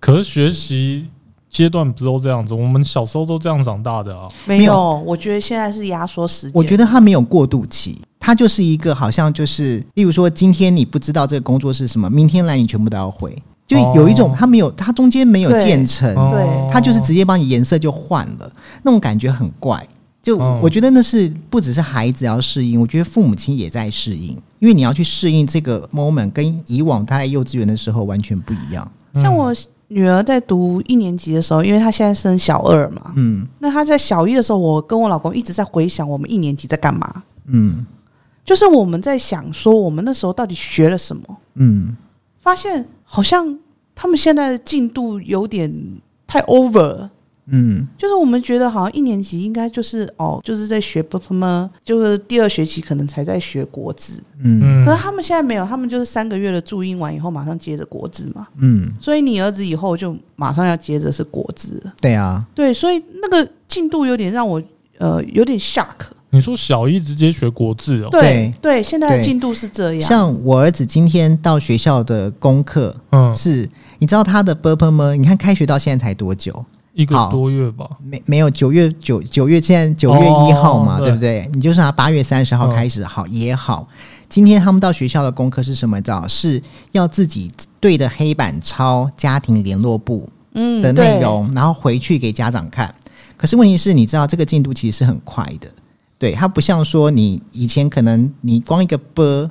[SPEAKER 2] 可是学习阶段不都这样子？我们小时候都这样长大的啊。
[SPEAKER 1] 没
[SPEAKER 3] 没
[SPEAKER 1] 有
[SPEAKER 3] 有，我觉得现在是压缩时间。
[SPEAKER 1] 我觉得他没有过渡期，他就是一个好像就是，例如说今天你不知道这个工作是什么，明天来你全部都要会，就有一种
[SPEAKER 2] 哦
[SPEAKER 1] 他没有，他中间没有
[SPEAKER 3] 对
[SPEAKER 1] 建成，
[SPEAKER 2] 哦
[SPEAKER 1] 他就是直接帮你颜色就换了，那种感觉很怪。就
[SPEAKER 2] 哦
[SPEAKER 1] 我觉得那是不只是孩子要适应，我觉得父母亲也在适应，因为你要去适应这个 moment，跟以往他在幼稚园的时候完全不一样。
[SPEAKER 3] 像我女儿在读一年级的时候，因为她现在升小二嘛，
[SPEAKER 1] 嗯
[SPEAKER 3] 那她在小一的时候，我跟我老公一直在回想我们一年级在干嘛，
[SPEAKER 1] 嗯
[SPEAKER 3] 就是我们在想说我们那时候到底学了什么，
[SPEAKER 1] 嗯，
[SPEAKER 3] 发现好像他们现在的进度有点太 over 了。
[SPEAKER 1] 嗯，
[SPEAKER 3] 就是我们觉得好像一年级应该就是哦，就是在学不什么，就是第二学期可能才在学国字，
[SPEAKER 1] 嗯
[SPEAKER 2] 嗯
[SPEAKER 3] 可是他们现在没有，他们就是三个月的注音完以后马上接着国字嘛，
[SPEAKER 1] 嗯，
[SPEAKER 3] 所以你儿子以后就马上要接着是国字了。
[SPEAKER 1] 对啊，
[SPEAKER 3] 对，所以那个进度有点让我呃有点 shock。
[SPEAKER 2] 你说小一直接学国字哦，
[SPEAKER 3] 对对，现在
[SPEAKER 1] 对
[SPEAKER 3] 的进度是这样。
[SPEAKER 1] 像我儿子今天到学校的功课
[SPEAKER 2] 嗯，
[SPEAKER 1] 是，你知道他的 b u r p 吗？你看开学到现在才多久？
[SPEAKER 2] 一个
[SPEAKER 1] 好
[SPEAKER 2] 多月吧。
[SPEAKER 1] 没没有九月九九月现在九月
[SPEAKER 2] 哦
[SPEAKER 1] 一号嘛，
[SPEAKER 2] 对
[SPEAKER 1] 对不对？你就是拿八月三十号开始好、也好，今天他们到学校的功课是什么？你知道是要自己对着黑板抄家庭联络簿
[SPEAKER 3] 嗯
[SPEAKER 1] 的内容，然后回去给家长看。可是问题是，你知道这个进度其实是很快的，对它不像说你以前可能你光一个波。
[SPEAKER 3] 呃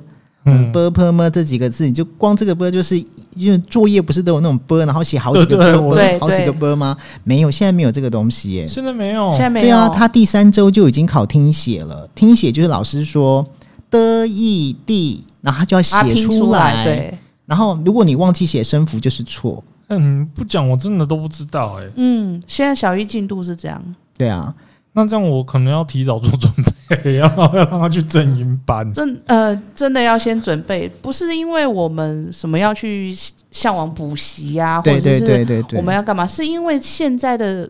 [SPEAKER 1] 嗯，
[SPEAKER 2] 嗯，
[SPEAKER 1] b p m 这几个字，你就光这个 b 就是，因为作业不是都有那种 b，然后写好几个
[SPEAKER 2] 对对
[SPEAKER 1] b，
[SPEAKER 2] 我
[SPEAKER 3] 对
[SPEAKER 1] 好几个 b 吗？没有，现在没有这个东西耶。
[SPEAKER 2] 现在没有
[SPEAKER 3] 现，在没有。
[SPEAKER 1] 对啊，他第三周就已经考听写了，听写就是老师说的意地，然后他就要
[SPEAKER 3] 他
[SPEAKER 1] 写
[SPEAKER 3] 拼出
[SPEAKER 1] 来。
[SPEAKER 3] 来，，对，
[SPEAKER 1] 然后如果你忘记写声符，就是错。
[SPEAKER 2] 嗯，你不讲我真的都不知道哎。
[SPEAKER 3] 嗯，现在小一进度是这样，
[SPEAKER 1] 对啊，
[SPEAKER 2] 那这样我可能要提早做准备， 要要让他去正音班。
[SPEAKER 3] 真呃真的要先准备，不是因为我们什么要去向往补习呀、啊或
[SPEAKER 1] 对
[SPEAKER 3] 者
[SPEAKER 1] 对
[SPEAKER 3] 是
[SPEAKER 1] 对对对，
[SPEAKER 3] 我们要干嘛？是因为现在的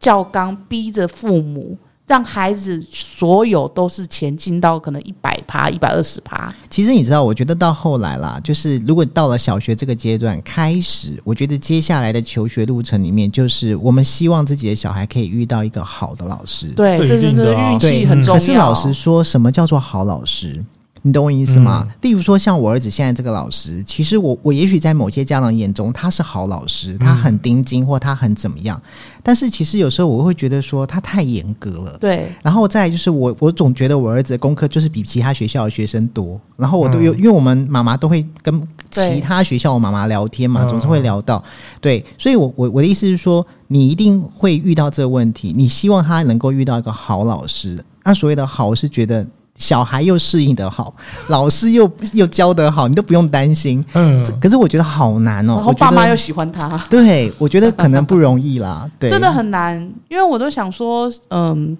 [SPEAKER 3] 教纲逼着父母让孩子所有都是前进到可能一百趴、一百二十趴。
[SPEAKER 1] 其实你知道，我觉得到后来啦，就是如果到了小学这个阶段开始，我觉得接下来的求学路程里面，就是我们希望自己的小孩可以遇到一个好的老师。
[SPEAKER 3] 对，
[SPEAKER 2] 这
[SPEAKER 3] 这
[SPEAKER 2] 一
[SPEAKER 3] 真
[SPEAKER 2] 定的
[SPEAKER 3] 的
[SPEAKER 2] 啊
[SPEAKER 3] 运
[SPEAKER 1] 对，嗯
[SPEAKER 3] 气很重要。
[SPEAKER 1] 可是老师说什么叫做好老师？你懂我意思吗？
[SPEAKER 3] 嗯
[SPEAKER 1] 例如说，像我儿子现在这个老师，其实我我也许在某些家长眼中他是好老师，他
[SPEAKER 3] 嗯
[SPEAKER 1] 很盯紧或他很怎么样，但是其实有时候我会觉得说他太严格了。
[SPEAKER 3] 对
[SPEAKER 1] 然后再来就是我，我总觉得我儿子的功课就是比其他学校的学生多。然后我都
[SPEAKER 2] 嗯
[SPEAKER 1] 有，因为我们妈妈都会跟
[SPEAKER 3] 对
[SPEAKER 1] 其他学校的妈妈聊天嘛，
[SPEAKER 2] 嗯
[SPEAKER 1] 总是会聊到。对，所以我我我的意思是说，你一定会遇到这个问题。你希望他能够遇到一个好老师。那所谓的好是觉得小孩又适应得好，老师又又教得好，你都不用担心。
[SPEAKER 2] 嗯
[SPEAKER 1] 这，可是我觉得好难哦，
[SPEAKER 3] 然后
[SPEAKER 1] 我觉
[SPEAKER 3] 爸
[SPEAKER 1] 得
[SPEAKER 3] 妈又喜欢他，
[SPEAKER 1] 对，我觉得可能不容易啦。对，
[SPEAKER 3] 真的很难。因为我都想说，嗯，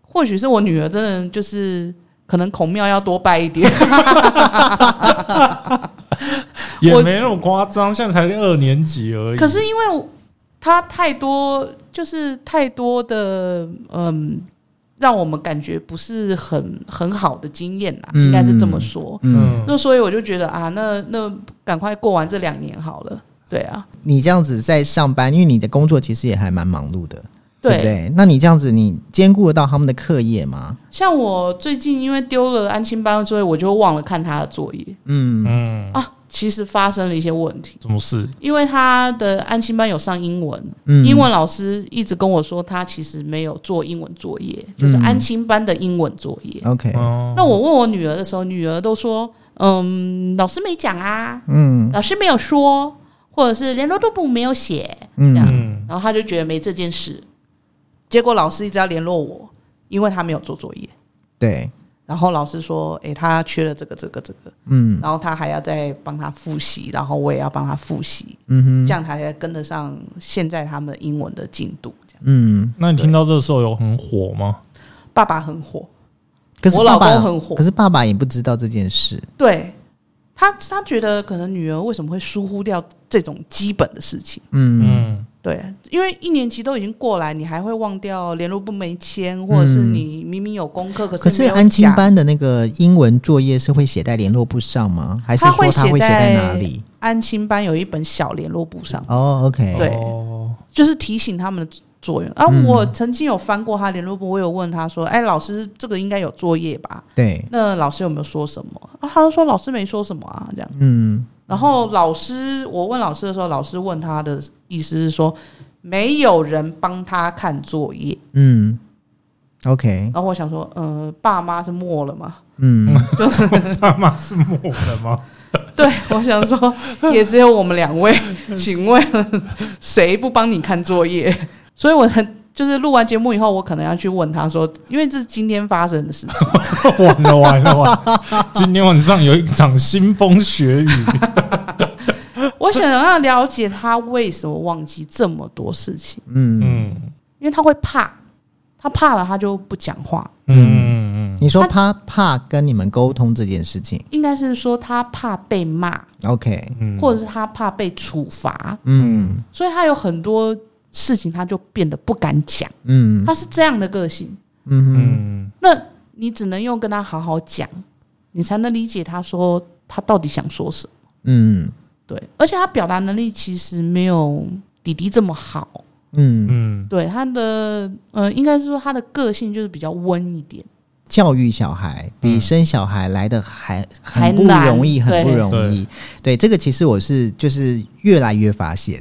[SPEAKER 3] 或许是我女儿真的就是可能孔庙要多拜一点。
[SPEAKER 2] 也
[SPEAKER 3] 我
[SPEAKER 2] 没那么夸张，现在才二年级而已。
[SPEAKER 3] 可是因为它太多，就是太多的嗯，让我们感觉不是很很好的经验啦，
[SPEAKER 1] 嗯
[SPEAKER 3] 应该是这么说。
[SPEAKER 1] 嗯，
[SPEAKER 2] 嗯，
[SPEAKER 3] 那所以我就觉得啊，那那赶快过完这两年好了。对啊，
[SPEAKER 1] 你这样子在上班，因为你的工作其实也还蛮忙碌的，对不
[SPEAKER 3] 对，
[SPEAKER 1] 对？那你这样子，你兼顾得到他们的课业吗？
[SPEAKER 3] 像我最近因为丢了安心班，所以我就忘了看他的作业
[SPEAKER 1] 嗯，
[SPEAKER 2] 嗯，
[SPEAKER 3] 啊。其实发生了一些问题，
[SPEAKER 2] 什么事？
[SPEAKER 3] 因为他的安心班有上英文，
[SPEAKER 1] 嗯
[SPEAKER 3] 英文老师一直跟我说他其实没有做英文作业，就是
[SPEAKER 1] 嗯
[SPEAKER 3] 安心班的英文作业。
[SPEAKER 1] OK，
[SPEAKER 2] 哦，
[SPEAKER 3] 那我问我女儿的时候，女儿都说：“嗯，老师没讲啊，
[SPEAKER 1] 嗯
[SPEAKER 3] 老师没有说，或者是联络簿没有写。这样
[SPEAKER 1] 嗯，
[SPEAKER 2] 嗯”
[SPEAKER 3] 然后她就觉得没这件事。结果老师一直要联络我，因为他没有做作业。
[SPEAKER 1] 对，
[SPEAKER 3] 然后老师说：“诶，他缺了这个、这个、这个。
[SPEAKER 1] 嗯”
[SPEAKER 3] 然后他还要再帮他复习，然后我也要帮他复习，
[SPEAKER 1] 嗯哼，
[SPEAKER 3] 这样他才跟得上现在他们英文的进度。这样，
[SPEAKER 1] 嗯，
[SPEAKER 2] 那你听到这个时候有很火吗？
[SPEAKER 3] 爸爸很火，
[SPEAKER 1] 可是
[SPEAKER 3] 我
[SPEAKER 1] 爸
[SPEAKER 3] 老
[SPEAKER 1] 爸
[SPEAKER 3] 公很火
[SPEAKER 1] 可是爸爸也不知道这件事，
[SPEAKER 3] 对他，他觉得可能女儿为什么会疏忽掉这种基本的事情。
[SPEAKER 1] 嗯
[SPEAKER 2] 嗯，
[SPEAKER 3] 对，因为一年级都已经过来，你还会忘掉联络部没签，或者是你明明有功课，
[SPEAKER 1] 嗯可
[SPEAKER 3] 可
[SPEAKER 1] 是
[SPEAKER 3] 没有
[SPEAKER 1] 安亲
[SPEAKER 3] 讲
[SPEAKER 1] 班的那个英文作业是会写在联络簿上吗？还是
[SPEAKER 3] 他
[SPEAKER 1] 说
[SPEAKER 3] 会
[SPEAKER 1] 他
[SPEAKER 3] 写
[SPEAKER 1] 会写在
[SPEAKER 3] 在
[SPEAKER 1] 哪里？
[SPEAKER 3] 安亲班有一本小联络簿上，
[SPEAKER 1] 哦，OK，
[SPEAKER 3] 对
[SPEAKER 2] 哦
[SPEAKER 3] 就是提醒他们的作用。啊，
[SPEAKER 1] 嗯
[SPEAKER 3] 我曾经有翻过他联络簿，我有问他说：“哎，老师，这个应该有作业吧
[SPEAKER 1] 对？”，
[SPEAKER 3] 那老师有没有说什么？啊，他就说老师没说什么啊，这样。
[SPEAKER 1] 嗯
[SPEAKER 3] 然后老师，我问老师的时候，老师问他的意思是说，没有人帮他看作业。
[SPEAKER 1] 嗯，OK，
[SPEAKER 3] 然后我想说，呃，爸妈是默了吗？
[SPEAKER 1] 嗯，
[SPEAKER 3] 就是
[SPEAKER 2] 爸妈是默的吗？
[SPEAKER 3] 对，我想说，也只有我们两位，请问谁不帮你看作业？所以我很就是录完节目以后，我可能要去问他说，因为这是今天发生的事 情，
[SPEAKER 2] 完了完了完了！今天晚上有一场腥风血雨。
[SPEAKER 3] 我想要了解他为什么忘记这么多事情，
[SPEAKER 1] 嗯，
[SPEAKER 2] 嗯
[SPEAKER 3] 因为他会怕，他怕了他就不讲话，
[SPEAKER 2] 嗯嗯嗯
[SPEAKER 1] 你说他怕跟你们沟通这件事情
[SPEAKER 3] 应该是说他怕被骂，
[SPEAKER 1] ，OK，
[SPEAKER 2] 嗯，
[SPEAKER 3] 或者是他怕被处罚，
[SPEAKER 1] 嗯
[SPEAKER 3] 所以他有很多事情他就变得不敢讲，
[SPEAKER 1] 嗯
[SPEAKER 3] 他是这样的个性。
[SPEAKER 1] 嗯
[SPEAKER 2] 嗯
[SPEAKER 3] 那你只能用跟他好好讲，你才能理解他说他到底想说什么。
[SPEAKER 1] 嗯
[SPEAKER 3] 对，而且他表达能力其实没有弟弟这么好。
[SPEAKER 1] 嗯，
[SPEAKER 2] 嗯
[SPEAKER 3] 对他的呃，应该是说他的个性就是比较温一点。
[SPEAKER 1] 教育小孩比
[SPEAKER 2] 嗯
[SPEAKER 1] 生小孩来的还
[SPEAKER 3] 还
[SPEAKER 1] 很不
[SPEAKER 3] 难
[SPEAKER 1] 容易，很
[SPEAKER 3] 对
[SPEAKER 1] 不容易。对，这个其实我是就是越来越发现，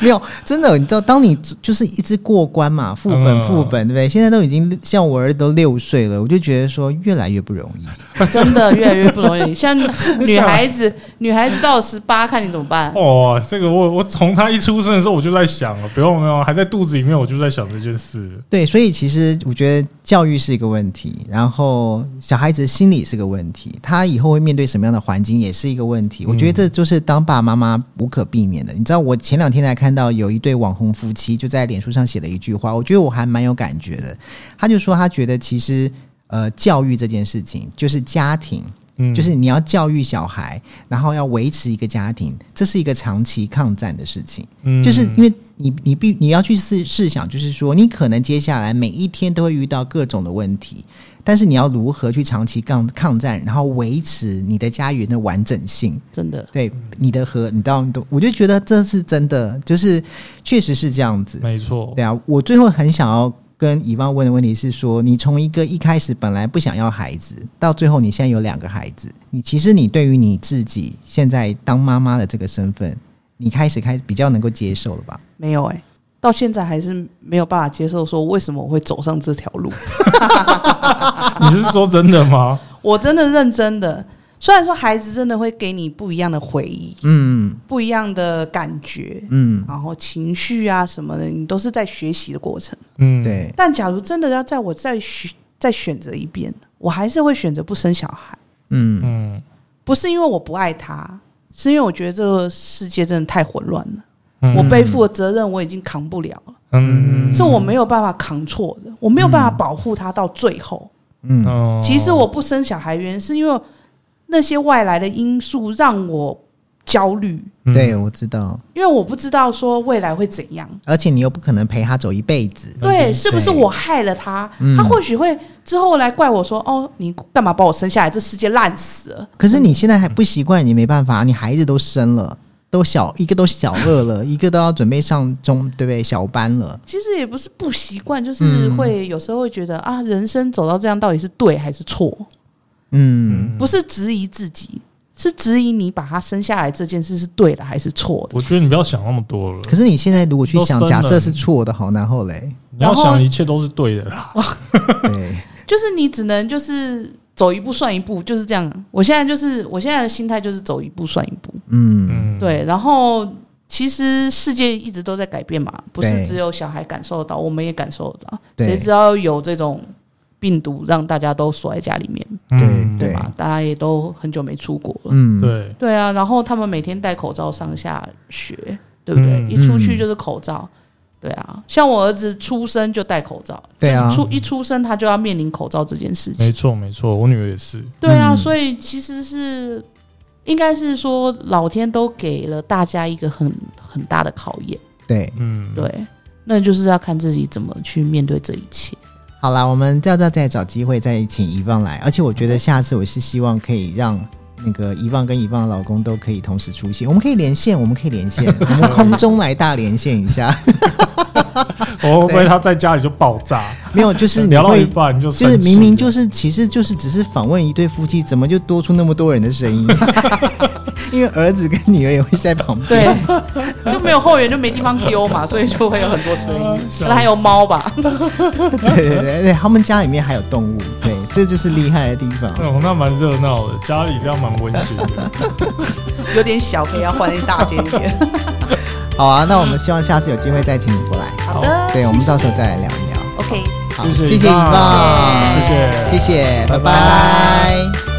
[SPEAKER 1] 没有真的，你知道，当你就是一直过关嘛，副本
[SPEAKER 2] 嗯
[SPEAKER 1] 副本，对不对？现在都已经像我儿子都六岁了，我就觉得说越来越不容易。
[SPEAKER 3] 真的越来越不容易，像女孩子，女孩子到十八，看你怎么办。
[SPEAKER 2] 哇，这个我我从他一出生的时候我就在想了，不用不用，还在肚子里面我就在想这件事。
[SPEAKER 1] 对，所以其实我觉得教育是一个问题，然后小孩子心理是个问题，他以后会面对什么样的环境也是一个问题。我觉得这就是当爸爸妈妈无可避免的。你知道，我前两天才看到有一对网红夫妻就在脸书上写了一句话，我觉得我还蛮有感觉的。他就说他觉得其实呃教育这件事情就是家庭。
[SPEAKER 2] 嗯，
[SPEAKER 1] 就是你要教育小孩，然后要维持一个家庭，这是一个长期抗战的事情。
[SPEAKER 2] 嗯
[SPEAKER 1] 就是因为你你必你要去试试想，就是说你可能接下来每一天都会遇到各种的问题，但是你要如何去长期抗抗战，然后维持你的家园的完整性，
[SPEAKER 3] 真的，
[SPEAKER 1] 对你的和你到你都，我就觉得这是真的，就是确实是这样子。
[SPEAKER 2] 没错，
[SPEAKER 1] 对啊，我最后很想要跟以望问的问题是说，你从一个一开始本来不想要孩子，到最后你现在有两个孩子，你其实你对于你自己现在当妈妈的这个身份，你开始开比较能够接受了吧？
[SPEAKER 3] 没有哎、到现在还是没有办法接受，说为什么我会走上这条路。
[SPEAKER 2] 你是说真的吗？
[SPEAKER 3] 我真的认真的，虽然说孩子真的会给你不一样的回忆，
[SPEAKER 1] 嗯
[SPEAKER 3] 不一样的感觉，
[SPEAKER 1] 嗯，
[SPEAKER 3] 然后情绪啊什么的，你都是在学习的过程。
[SPEAKER 2] 嗯，，
[SPEAKER 1] 对，
[SPEAKER 3] 但假如真的要在我再选再选择一遍，我还是会选择不生小孩，
[SPEAKER 1] 嗯
[SPEAKER 2] 嗯
[SPEAKER 3] 不是因为我不爱他，是因为我觉得这个世界真的太混乱了，
[SPEAKER 2] 嗯
[SPEAKER 3] 我背负的责任我已经扛不了了，
[SPEAKER 2] 嗯
[SPEAKER 3] 是我没有办法扛错的，我没有办法保护他到最后。
[SPEAKER 1] 嗯
[SPEAKER 2] 哦
[SPEAKER 3] 其实我不生小孩，原因是因为那些外来的因素让我焦虑，
[SPEAKER 2] 嗯
[SPEAKER 1] 对，我知道，
[SPEAKER 3] 因为我不知道说未来会怎样。
[SPEAKER 1] 而且你又不可能陪他走一辈子。
[SPEAKER 3] 对，是不是我害了他？他或许会之后来怪我说：“哦，你干嘛把我生下来？这世界烂死了。
[SPEAKER 1] 可是你现在还不习惯，你没办法，你孩子都生了，都小一个都小二 了，一个都要准备上中，对不对？小班了”。
[SPEAKER 3] 其实也不是不习惯，就是会有时候会觉得啊，人生走到这样到底是对还是错？
[SPEAKER 1] 嗯，
[SPEAKER 3] 不是质疑自己，是质疑你把他生下来这件事是对的还是错的。
[SPEAKER 2] 我觉得你不要想那么多了，
[SPEAKER 1] 可是你现在如果去想，
[SPEAKER 2] 都生
[SPEAKER 1] 假
[SPEAKER 2] 了
[SPEAKER 1] 设是错的，好，然后嘞，
[SPEAKER 2] 你要
[SPEAKER 3] 然后
[SPEAKER 2] 想一切都是对的啦。
[SPEAKER 1] 对，
[SPEAKER 3] 就是你只能就是走一步算一步，就是这样。我现在就是我现在的心态就是走一步算一步。
[SPEAKER 1] 嗯，
[SPEAKER 2] 嗯，，
[SPEAKER 3] 对，然后其实世界一直都在改变嘛，不
[SPEAKER 1] 对
[SPEAKER 3] 是只有小孩感受得到，我们也感受得到。
[SPEAKER 1] 对
[SPEAKER 3] 谁知道有这种病毒让大家都锁在家里面
[SPEAKER 2] 嗯
[SPEAKER 1] 对对
[SPEAKER 3] 嘛？大家也都很久没出国了。
[SPEAKER 1] 嗯，
[SPEAKER 2] 对，
[SPEAKER 3] 对啊，然后他们每天戴口罩上下学，对不对？
[SPEAKER 2] 嗯
[SPEAKER 3] 一出去就是口罩。
[SPEAKER 1] 嗯
[SPEAKER 3] 对啊，像我儿子出生就戴口罩，
[SPEAKER 1] 对啊，
[SPEAKER 3] 出一出生他就要面临口罩这件事情
[SPEAKER 2] 没。错没错，我女儿也是。
[SPEAKER 3] 对啊，
[SPEAKER 1] 嗯
[SPEAKER 3] 所以其实是应该是说老天都给了大家一个很很大的考验，
[SPEAKER 1] 对，
[SPEAKER 2] 嗯，
[SPEAKER 3] 对，那就是要看自己怎么去面对这一切。
[SPEAKER 1] 好啦，我们要再再找机会再请遗忘来，而且我觉得下次我是希望可以让。那个遗忘跟遗忘的老公都可以同时出现，我们可以连线，我们可以连线，我们空中来大连线一下。
[SPEAKER 2] 我会不会她在家里就爆炸？
[SPEAKER 1] 没有，就是你
[SPEAKER 2] 聊到一
[SPEAKER 1] 会
[SPEAKER 2] 半就
[SPEAKER 1] 就
[SPEAKER 2] 就是
[SPEAKER 1] 明明就是是，其实就是只是访问一对夫妻，怎么就多出那么多人的声音？因为儿子跟女儿也会在旁边。
[SPEAKER 3] 对，就没有后援就没地方丢嘛，所以就会有很多声音。
[SPEAKER 2] 笑
[SPEAKER 3] 可能还有猫吧，
[SPEAKER 1] 对对对对，他们家里面还有动物，对，这就是厉害的地方。
[SPEAKER 2] 哦，那蛮热闹的，家里这样蛮温馨的。
[SPEAKER 3] 有点小，可以要换一大间一点。
[SPEAKER 1] 好啊，那我们希望下次有机会再请你过来。
[SPEAKER 3] 好的，
[SPEAKER 1] 对，我们
[SPEAKER 3] 谢谢
[SPEAKER 1] 到时候再来聊一聊。
[SPEAKER 3] OK。
[SPEAKER 1] 好，
[SPEAKER 2] 谢
[SPEAKER 1] 谢
[SPEAKER 2] 谢
[SPEAKER 1] 一棒，
[SPEAKER 2] 谢谢
[SPEAKER 1] 谢谢，拜拜
[SPEAKER 2] 拜拜